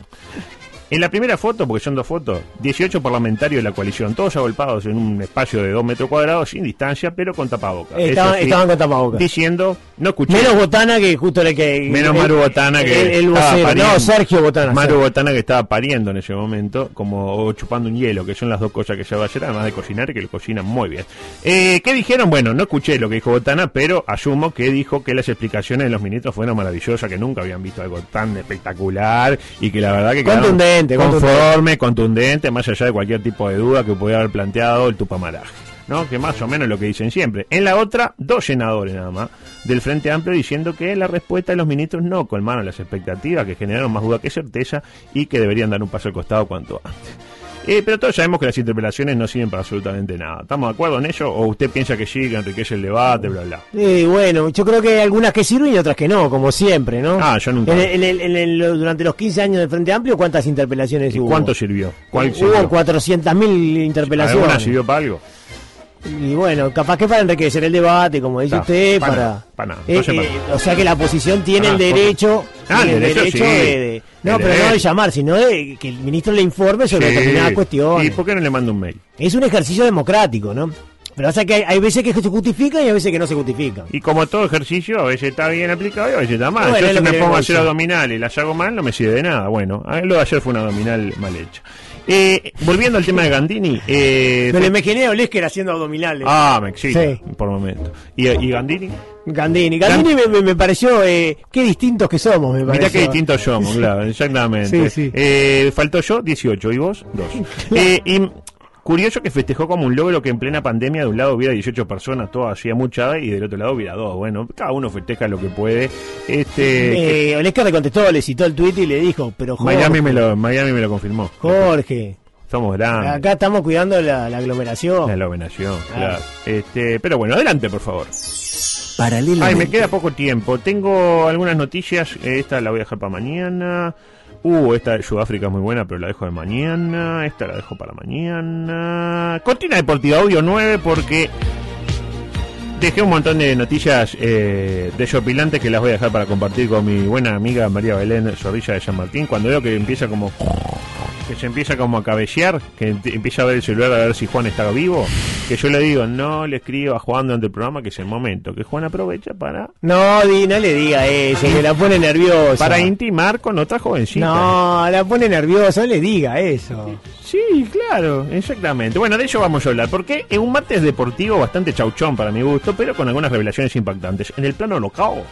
Speaker 3: En la primera foto, porque son dos fotos, 18 parlamentarios de la coalición, todos agolpados en un espacio de 2 metros cuadrados, sin distancia, pero con tapabocas.
Speaker 4: Estaban-
Speaker 3: Eso sí,
Speaker 4: estaban con tapabocas.
Speaker 3: Diciendo, no escuché.
Speaker 4: Menos Botana que justo le que.
Speaker 3: Menos
Speaker 4: el-
Speaker 3: Maru Botana que
Speaker 4: El, el
Speaker 3: estaba
Speaker 4: vocero.
Speaker 3: pariendo.
Speaker 4: No, Sergio Botana.
Speaker 3: Maru
Speaker 4: Sergio.
Speaker 3: Botana que estaba pariendo en ese momento, como o chupando un hielo, que son las dos cosas que se va a hacer, además de cocinar, que lo cocinan muy bien. Eh, ¿Qué dijeron? Bueno, no escuché lo que dijo Botana, pero asumo que dijo que las explicaciones de los ministros fueron maravillosas, que nunca habían visto algo tan espectacular y que la verdad que quedaron
Speaker 4: Contundente, contundente.
Speaker 3: conforme, contundente, más allá de cualquier tipo de duda que pudiera haber planteado el tupamaraje. ¿No? Que más o menos lo que dicen siempre. En la otra, dos senadores nada más del Frente Amplio diciendo que la respuesta de los ministros no colmaron las expectativas, que generaron más duda que certeza y que deberían dar un paso al costado cuanto antes. Eh, pero todos sabemos que las interpelaciones no sirven para absolutamente nada. ¿Estamos de acuerdo en ello? ¿O usted piensa que sí, que enriquece el debate, bla, bla?
Speaker 4: Sí, bueno, yo creo que hay algunas que sirven y otras que no, como siempre, ¿no?
Speaker 3: Ah, yo nunca.
Speaker 4: En el- en el- en el- durante los 15 años del Frente Amplio, ¿cuántas interpelaciones
Speaker 3: ¿Y
Speaker 4: hubo?
Speaker 3: cuánto sirvió? ¿Cuál
Speaker 4: Hubo
Speaker 3: sirvió?
Speaker 4: 400.000
Speaker 3: ¿Alguna
Speaker 4: interpelaciones.
Speaker 3: sirvió para algo?
Speaker 4: Y bueno, capaz que para enriquecer el debate, como dice
Speaker 3: Ta,
Speaker 4: usted,
Speaker 3: para
Speaker 4: para. eh,
Speaker 3: nada, para nada. Entonces, para-
Speaker 4: o sea que la oposición tiene
Speaker 3: Ah,
Speaker 4: el
Speaker 3: porque-
Speaker 4: derecho.
Speaker 3: Ah,
Speaker 4: tiene
Speaker 3: el derecho, sí.
Speaker 4: de, de- No,
Speaker 3: El
Speaker 4: pero no de
Speaker 3: derecho.
Speaker 4: llamar, sino de que el ministro le informe sobre
Speaker 3: Sí.
Speaker 4: determinadas
Speaker 3: ¿Y
Speaker 4: cuestiones.
Speaker 3: por qué no le manda un mail?
Speaker 4: Es un ejercicio democrático, ¿no? Pero pasa que hay, hay veces que se justifican y hay veces que no se justifican.
Speaker 3: Y como todo ejercicio, a veces está bien aplicado y a veces está mal.
Speaker 4: Bueno,
Speaker 3: Yo
Speaker 4: es
Speaker 3: si
Speaker 4: lo
Speaker 3: me
Speaker 4: que le
Speaker 3: pongo a
Speaker 4: digo,
Speaker 3: hacer
Speaker 4: sí.
Speaker 3: abdominales y las hago mal, no me sirve de nada. Bueno, a- lo de ayer fue una abdominal mal hecha. Eh, volviendo al tema de Gandini. Eh,
Speaker 4: Me lo
Speaker 3: fue-
Speaker 4: imaginé a Olesker haciendo abdominales.
Speaker 3: Ah, me excita,
Speaker 4: Sí.
Speaker 3: por momento. ¿Y, y Gandini?
Speaker 4: Gandini. Gandini me, me- me pareció. Eh, qué distintos que somos, me
Speaker 3: Mirá
Speaker 4: pareció.
Speaker 3: qué distintos somos, claro, exactamente.
Speaker 4: Sí, sí.
Speaker 3: Eh, faltó yo, 18, y vos, 2. y Curioso que festejó como un logro que en plena pandemia de un lado hubiera 18 personas, todo hacía mucha, y del otro lado hubiera dos. Bueno, cada uno festeja lo que puede. Este,
Speaker 4: Eh, Olesker le contestó, le citó el tweet y le dijo, pero Jorge,
Speaker 3: Miami, me lo, Miami me lo confirmó.
Speaker 4: Jorge,
Speaker 3: Somos grandes.
Speaker 4: acá estamos cuidando la, la aglomeración.
Speaker 3: Ah. La nominación, claro. Este, pero bueno, adelante, por favor. Ay,
Speaker 1: Paralelamente.
Speaker 3: me queda poco tiempo. Tengo algunas noticias. Eh, Esta la voy a dejar para mañana. Uh, esta de Sudáfrica es muy buena, pero la dejo de mañana. Esta la dejo para mañana. Cortina Deportiva Audio 9 porque dejé un montón de noticias eh, desopilantes que las voy a dejar para compartir con mi buena amiga María Belén Zorrilla de San Martín. Cuando veo que empieza como... Que se empieza como a cabellear, que ent- empieza a ver el celular a ver si Juan está vivo. Que yo le digo, no le escribo a Juan durante el programa, que es el momento. Que Juan aprovecha para
Speaker 4: No, Di, no le diga eso, que la pone nerviosa.
Speaker 3: para intimar con otra jovencita.
Speaker 4: no, la pone nerviosa, no le diga eso.
Speaker 3: Sí, claro, exactamente. Bueno, de ello vamos a hablar, porque es un martes deportivo bastante chauchón para mi gusto, pero con algunas revelaciones impactantes. En el plano local,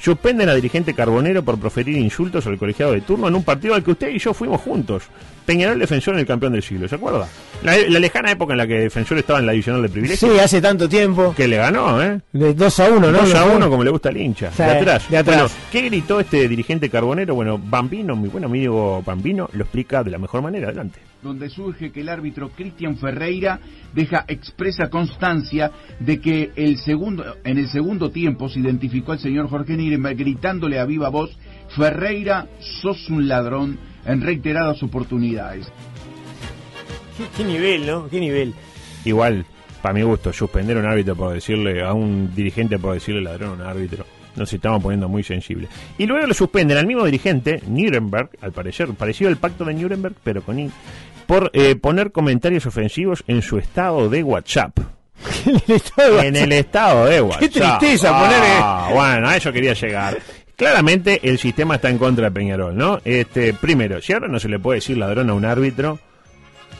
Speaker 3: suspenden a dirigente Carbonero por proferir insultos al colegiado de turno en un partido al que usted y yo fuimos juntos. Peñarol defensor en el campeón del siglo, ¿se acuerda? La, la lejana época en la que defensor estaba en la divisional de privilegio,
Speaker 4: Sí, hace tanto tiempo.
Speaker 3: que le ganó, ¿eh?
Speaker 4: De 2 a 1, ¿no?
Speaker 3: Dos a
Speaker 4: ¿No?
Speaker 3: uno, como le gusta al hincha.
Speaker 4: Sí,
Speaker 3: de atrás.
Speaker 4: de atrás.
Speaker 3: Bueno, ¿qué gritó este dirigente carbonero? Bueno, Bambino, mi buen amigo Bambino, lo explica de la mejor manera. Adelante.
Speaker 8: donde surge que el árbitro Cristian Ferreira deja expresa constancia de que el segundo, en el segundo tiempo se identificó al señor Jorge Nirenberg gritándole a viva voz, Ferreira, sos un ladrón, en reiteradas oportunidades.
Speaker 4: ¿Qué, qué nivel, ¿no? Qué nivel.
Speaker 3: Igual, para mi gusto, suspender a un árbitro por decirle, a un dirigente por decirle ladrón a un árbitro. Nos estamos poniendo muy sensibles. Y luego lo suspenden al mismo dirigente, Nuremberg, al parecer, parecido al pacto de Nuremberg, pero con I, por eh, poner comentarios ofensivos en su estado de WhatsApp. en el estado de WhatsApp.
Speaker 4: tristeza poner, eh.
Speaker 3: Ah, bueno, a eso quería llegar. Claramente el sistema está en contra de Peñarol, ¿no? Este, primero, si ahora no se le puede decir ladrón a un árbitro,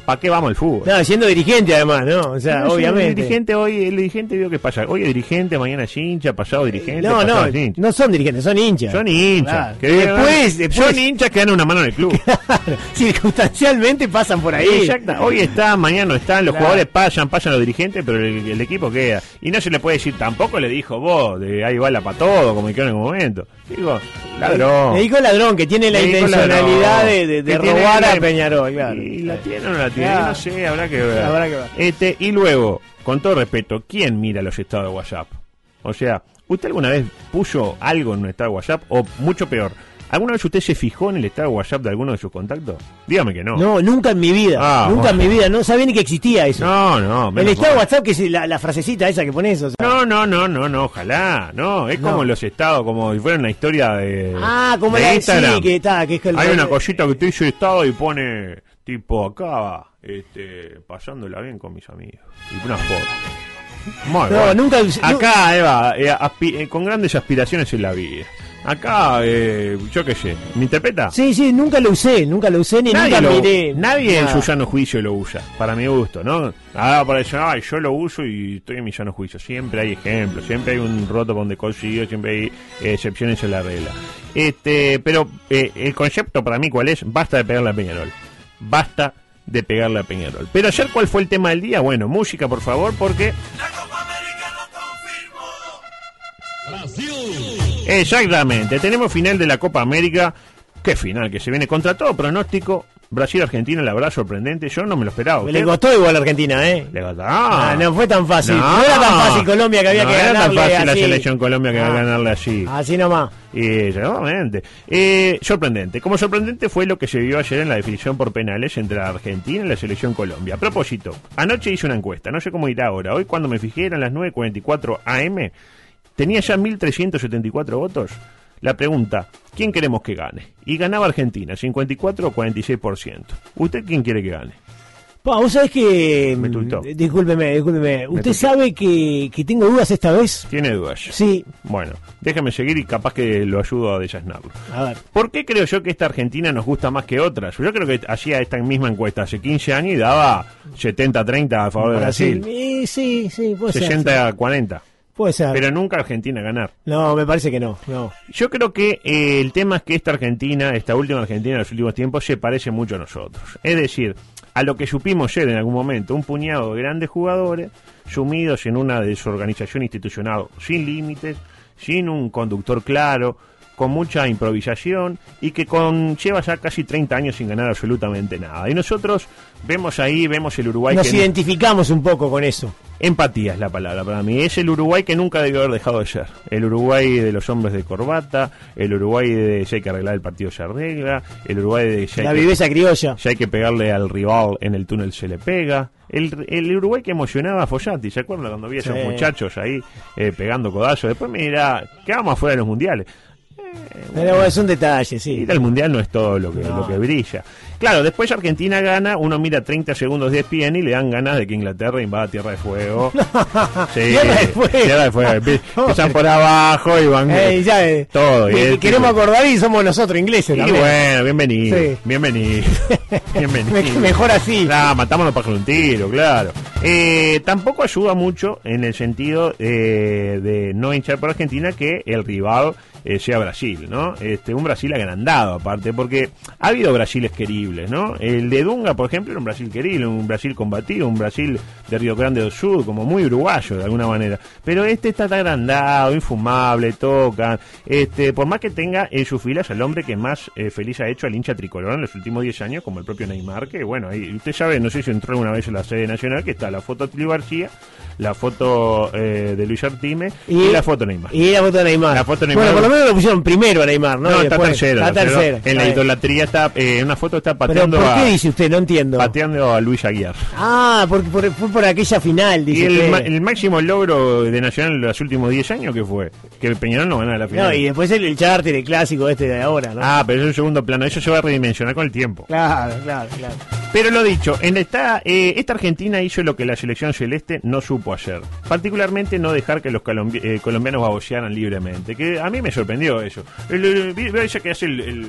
Speaker 3: ¿para qué vamos al fútbol?
Speaker 4: No, siendo dirigente además, ¿no? O sea,
Speaker 3: No, sí,
Speaker 4: obviamente.
Speaker 3: El dirigente hoy, el dirigente vio que pasa. Hoy es dirigente, mañana es hincha, pasado dirigente,
Speaker 4: Eh, no,
Speaker 3: pasado
Speaker 4: no,
Speaker 3: es hincha.
Speaker 4: no son dirigentes, son hinchas.
Speaker 3: Son hinchas.
Speaker 4: Claro.
Speaker 3: que
Speaker 4: Después, después-
Speaker 3: Son hinchas que dan una mano en el club.
Speaker 4: Claro, circunstancialmente pasan por ahí.
Speaker 3: Exacta. Hoy está, mañana no están, los
Speaker 4: Claro.
Speaker 3: jugadores pasan, pasan los dirigentes, pero el, el equipo queda. Y no se le puede decir, tampoco le dijo vos, de ahí bala para todo, como dijeron en el momento. Digo, ladrón.
Speaker 4: Le dijo el ladrón que tiene la
Speaker 3: Le dijo
Speaker 4: intencionalidad
Speaker 3: ladrón.
Speaker 4: de, de- de
Speaker 3: Que tiene
Speaker 4: robar
Speaker 3: la-
Speaker 4: a Peñarol, claro.
Speaker 3: ¿Y la tiene o no la tiene?
Speaker 4: Claro.
Speaker 3: No sé, habrá que ver.
Speaker 4: Habrá que ver.
Speaker 3: Este, y luego, con todo respeto, ¿quién mira los estados de WhatsApp? O sea, ¿usted alguna vez puso algo en un estado de WhatsApp? O mucho peor, ¿alguna vez usted se fijó en el estado de WhatsApp de alguno de sus contactos? Dígame que no.
Speaker 4: No, nunca en mi vida,
Speaker 3: Ah,
Speaker 4: nunca en
Speaker 3: bueno.
Speaker 4: mi vida, no sabía ni que existía eso.
Speaker 3: no, no
Speaker 4: el
Speaker 3: menos
Speaker 4: estado de
Speaker 3: mal.
Speaker 4: WhatsApp que es la, la frasecita esa que pones, o sea.
Speaker 3: No, no, no, no, no, ojalá. No, es
Speaker 4: No.
Speaker 3: como los estados, como si fuera una historia de.
Speaker 4: Ah, como
Speaker 3: de
Speaker 4: la
Speaker 3: Instagram.
Speaker 4: sí, que está, que es el-
Speaker 3: Hay una cosita que te dice estado y pone, tipo, acá va, este, pasándola bien con mis amigos. Y una foto. Muy
Speaker 4: No,
Speaker 3: bueno.
Speaker 4: nunca-
Speaker 3: Acá, Eva, eh, aspi- eh, con grandes aspiraciones en la vida. Acá, eh, yo qué sé, ¿me interpreta?
Speaker 4: Sí, sí, nunca lo usé, nunca lo usé ni
Speaker 3: Nadie,
Speaker 4: nunca
Speaker 3: lo-
Speaker 4: miré.
Speaker 3: nadie en
Speaker 4: nada.
Speaker 3: su llano juicio lo usa, para mi gusto, ¿no? Ah, para decir, ay, yo lo uso y estoy en mi llano juicio. Siempre hay ejemplos, siempre hay un roto por donde consigo, siempre hay eh, excepciones a la regla. Este, pero eh, el concepto para mí, ¿cuál es? Basta de pegarle a Peñarol. Basta de pegarle a Peñarol. Pero ayer, ¿cuál fue el tema del día? Bueno, música, por favor, porque... Exactamente, tenemos final de la Copa América. Qué final que se viene contra todo pronóstico. Brasil-Argentina, la verdad sorprendente. Yo no me lo esperaba.
Speaker 4: Le
Speaker 3: ¿Usted?
Speaker 4: costó igual a Argentina, ¿eh?
Speaker 3: Le costó.
Speaker 4: Ah, no fue tan fácil. No era tan fácil Colombia que había
Speaker 3: No
Speaker 4: que
Speaker 3: era tan
Speaker 4: ganarle
Speaker 3: fácil la
Speaker 4: así.
Speaker 3: selección Colombia que
Speaker 4: Ah.
Speaker 3: ganarle así.
Speaker 4: Así nomás.
Speaker 3: Y seguramente. Eh, sorprendente. Como sorprendente fue lo que se vio ayer en la definición por penales entre la Argentina y la selección Colombia. A propósito, anoche hice una encuesta, no sé cómo irá ahora. Hoy cuando me fijé eran las 9.44 am, tenía ya 1.374 votos. La pregunta, ¿quién queremos que gane? Y ganaba Argentina, 54 o 46%. ¿Usted quién quiere que gane?
Speaker 4: Pa, vos sabés que.
Speaker 3: Me
Speaker 4: mm,
Speaker 3: tuitó.
Speaker 4: Discúlpeme, discúlpeme. ¿Usted
Speaker 3: tuitó.
Speaker 4: sabe que, que tengo dudas esta vez?
Speaker 3: Tiene dudas.
Speaker 4: Sí.
Speaker 3: Bueno, déjame seguir y capaz que lo ayudo a desasnarlo.
Speaker 4: A ver.
Speaker 3: ¿Por qué creo yo que esta Argentina nos gusta más que otras? Yo creo que hacía esta misma encuesta hace 15 años y daba 70-30 a favor de Brasil,
Speaker 4: Eh, sí, sí, puede ser.
Speaker 3: 60-40,
Speaker 4: sí. Puede ser.
Speaker 3: pero nunca Argentina ganar.
Speaker 4: No, me parece que no. no.
Speaker 3: Yo creo que eh, el tema es que esta Argentina, esta última Argentina de los últimos tiempos, se parece mucho a nosotros. Es decir, a lo que supimos ser en algún momento, un puñado de grandes jugadores sumidos en una desorganización institucional sin límites, sin un conductor claro, con mucha improvisación y que con, lleva ya casi 30 años sin ganar absolutamente nada. Y nosotros vemos ahí, vemos el Uruguay
Speaker 4: Nos
Speaker 3: que este nu-
Speaker 4: identificamos un poco con eso.
Speaker 3: Empatía es la palabra para mí. Es el Uruguay que nunca debió haber dejado de ser. El Uruguay de los hombres de corbata, el Uruguay de si hay que arreglar el partido se arregla, el Uruguay de si hay
Speaker 4: La
Speaker 3: que-
Speaker 4: viveza criolla.
Speaker 3: si hay que pegarle al rival en el túnel se le pega. El, el Uruguay que emocionaba a Follati, ¿se acuerdan cuando vi a esos
Speaker 4: Sí.
Speaker 3: muchachos ahí eh, pegando codazos? Después me dirá, quedamos afuera de los mundiales.
Speaker 4: Pero bueno, es un detalle, sí.
Speaker 3: Ir al mundial no es todo lo que,
Speaker 4: No.
Speaker 3: lo que brilla. Claro, después Argentina gana, uno mira 30 segundos de E ESPN y le dan ganas de que Inglaterra invada Tierra de Fuego. Sí,
Speaker 4: Tierra de Fuego.
Speaker 3: Tierra de Fuego. Empie- Empiezan por abajo y van
Speaker 4: Ey, ya, eh,
Speaker 3: todo.
Speaker 4: que-
Speaker 3: y
Speaker 4: que
Speaker 3: es-
Speaker 4: queremos acordar y somos nosotros ingleses
Speaker 3: y
Speaker 4: también.
Speaker 3: bueno, bienvenido.
Speaker 4: Sí.
Speaker 3: Bienvenido. bienvenido.
Speaker 4: Me- mejor así.
Speaker 3: Nah, matámonos para un tiro, claro. Eh, tampoco ayuda mucho en el sentido eh, de no hinchar por Argentina que el rival eh, sea Brasil, ¿no? Este, un Brasil agrandado, aparte, porque ha habido Brasiles queribles, ¿no? El de Dunga, por ejemplo, era un Brasil querible, un Brasil combatido, un Brasil de Río Grande del Sur, como muy uruguayo de alguna manera. Pero este está tan agrandado, infumable, tocan. Este, por más que tenga en sus filas al hombre que más eh, feliz ha hecho al hincha tricolor en los últimos 10 años, como el propio Neymar, que bueno, ahí, usted sabe, no sé si entró alguna vez en la sede nacional, que está la foto de Tulio García, la foto eh, de Luis Artime y, la foto de Neymar.
Speaker 4: Y la foto de Neymar.
Speaker 3: La foto de Neymar.
Speaker 4: Bueno, por lo menos lo pusieron primero a Neymar, ¿no?
Speaker 3: no,
Speaker 4: Y
Speaker 3: está
Speaker 4: después-
Speaker 3: tercero.
Speaker 4: Está
Speaker 3: tercero.
Speaker 4: tercero.
Speaker 3: En la
Speaker 4: Está bien.
Speaker 3: idolatría está, eh, en una foto está
Speaker 4: Pero
Speaker 3: pateando
Speaker 4: ¿por qué
Speaker 3: a,
Speaker 4: dice usted? No entiendo.
Speaker 3: pateando a Luis Aguiar.
Speaker 4: Ah, por, por, fue por aquella final,
Speaker 3: Y
Speaker 4: dice
Speaker 3: el,
Speaker 4: usted.
Speaker 3: ma- el máximo logro de Nacional en los últimos 10 años, que fue? Que Peñarol no ganara la final.
Speaker 4: No, y después el, el charter, el clásico este de ahora, ¿no?
Speaker 3: Ah, pero es un segundo plano. Eso se va a redimensionar con el tiempo.
Speaker 4: Claro, claro, claro.
Speaker 3: Pero lo dicho, en esta, eh, esta Argentina hizo lo que la selección celeste no supo hacer. Particularmente no dejar que los colombi- eh, colombianos babosearan libremente. Que a mí me sorprendió eso. El, el- vi- veo ella que hace el... el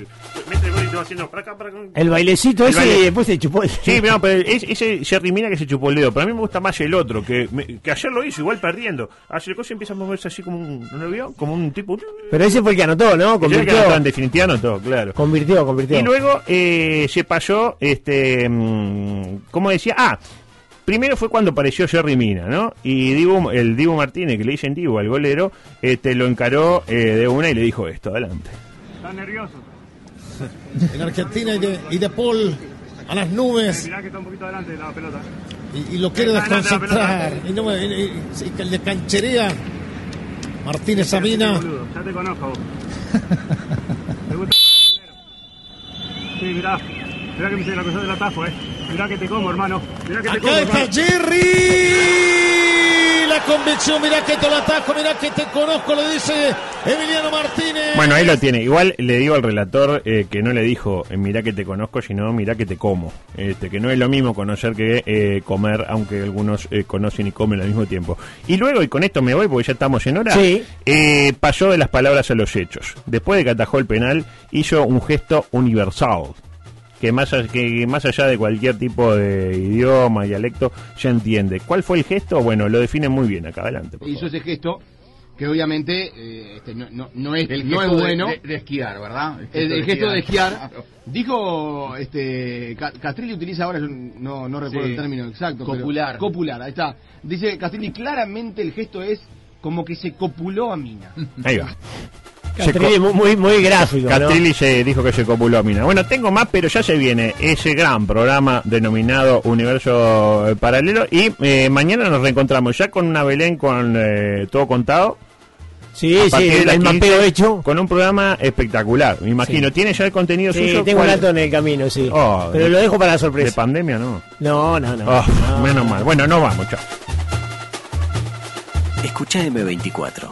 Speaker 3: mete el gol y te va haciendo para acá, para acá.
Speaker 4: El bailecito
Speaker 3: El
Speaker 4: ese
Speaker 3: baile-
Speaker 4: y después se chupó el...
Speaker 3: Sí, no, pero es- ese Jerry Mina que se chupó el dedo. Pero a mí me gusta más el otro, que, me- que ayer lo hizo, igual perdiendo. Ayer el coche empieza a moverse así como un... ¿No lo vio? Como un tipo...
Speaker 4: Pero ese fue el que anotó, ¿no?
Speaker 3: Que
Speaker 4: Convirtió,
Speaker 3: en definitiva no todo, claro.
Speaker 4: convirtió, convirtió.
Speaker 3: Y luego eh, se pasó, este, mm, ¿cómo decía? Ah, primero fue cuando apareció Jerry Mina, ¿no? Y Dibu- el Dibu Martínez, que le dicen Dibu al golero, este, lo encaró eh, de una y le dijo esto, adelante.
Speaker 5: ¿Estás nervioso?
Speaker 9: en Argentina y de, y de Paul a las nubes
Speaker 5: Mirá que está un poquito adelante de la pelota.
Speaker 9: y, y lo quiere
Speaker 5: Está ganando la
Speaker 9: desconcentrar. Y no me- y- y- y que le cancherea Martínez Sabina.
Speaker 5: Ya te conozco vos. ¿Te gusta? Sí, mirá. Mirá que me se la cosa del atajo, eh. Mirá que te como, hermano. Mirá que te como,
Speaker 9: Acá
Speaker 5: hermano.
Speaker 9: está Jerry. La convicción, mirá que te lo atajo, mirá que te conozco, le dice Emiliano Martínez.
Speaker 3: Bueno, ahí lo tiene. Igual le digo al relator eh, que no le dijo, eh, mirá que te conozco, sino mirá que te como. Este, que no es lo mismo conocer que eh, comer, aunque algunos eh, conocen y comen al mismo tiempo. Y luego, y con esto me voy porque ya estamos en hora,
Speaker 4: Sí.
Speaker 3: eh, pasó de las palabras a los hechos. Después de que atajó el penal, hizo un gesto universal. Que más, a- que más allá de cualquier tipo de idioma, dialecto, ya entiende. ¿Cuál fue el gesto? Bueno, lo define muy bien acá adelante. por
Speaker 2: Hizo
Speaker 3: favor.
Speaker 2: ese gesto que obviamente eh, este, no, no- no es,
Speaker 8: El
Speaker 2: no es
Speaker 8: gesto de-
Speaker 2: bueno.
Speaker 8: De, de esquiar, ¿verdad?
Speaker 2: el, el gesto de esquiar.
Speaker 8: Claro.
Speaker 2: Dijo, este, Ca- Castrilli utiliza ahora, yo no, no recuerdo
Speaker 8: Sí.
Speaker 2: el término exacto. pero-
Speaker 8: Copular.
Speaker 2: copular, ahí está. Dice Castrilli, claramente el gesto es como que se copuló a Mina.
Speaker 3: Ahí va.
Speaker 4: Castrilli
Speaker 3: Se co-
Speaker 4: muy, muy, muy gráfico, ¿no?
Speaker 3: Castrilli se dijo que se copuló a Mina. Bueno, tengo más, pero ya se viene ese gran programa denominado Universo eh, Paralelo. Y eh, mañana nos reencontramos ya con una Belén con eh, todo contado.
Speaker 4: Sí,
Speaker 3: A
Speaker 4: sí,
Speaker 3: partir de
Speaker 4: el,
Speaker 3: las
Speaker 4: el
Speaker 3: 15,
Speaker 4: mapeo hecho.
Speaker 3: Con un programa espectacular, me imagino.
Speaker 4: Sí.
Speaker 3: ¿Tiene ya el contenido
Speaker 4: Sí,
Speaker 3: suyo?
Speaker 4: tengo un
Speaker 3: ¿Cuál?
Speaker 4: alto en el camino, sí.
Speaker 3: Oh,
Speaker 4: Pero
Speaker 3: de-
Speaker 4: lo dejo para la
Speaker 3: De
Speaker 4: sorpresa.
Speaker 3: pandemia, no.
Speaker 4: No, no, no.
Speaker 3: Oh,
Speaker 4: No.
Speaker 3: Menos mal. Bueno, nos vamos, chao.
Speaker 1: Escucha M24.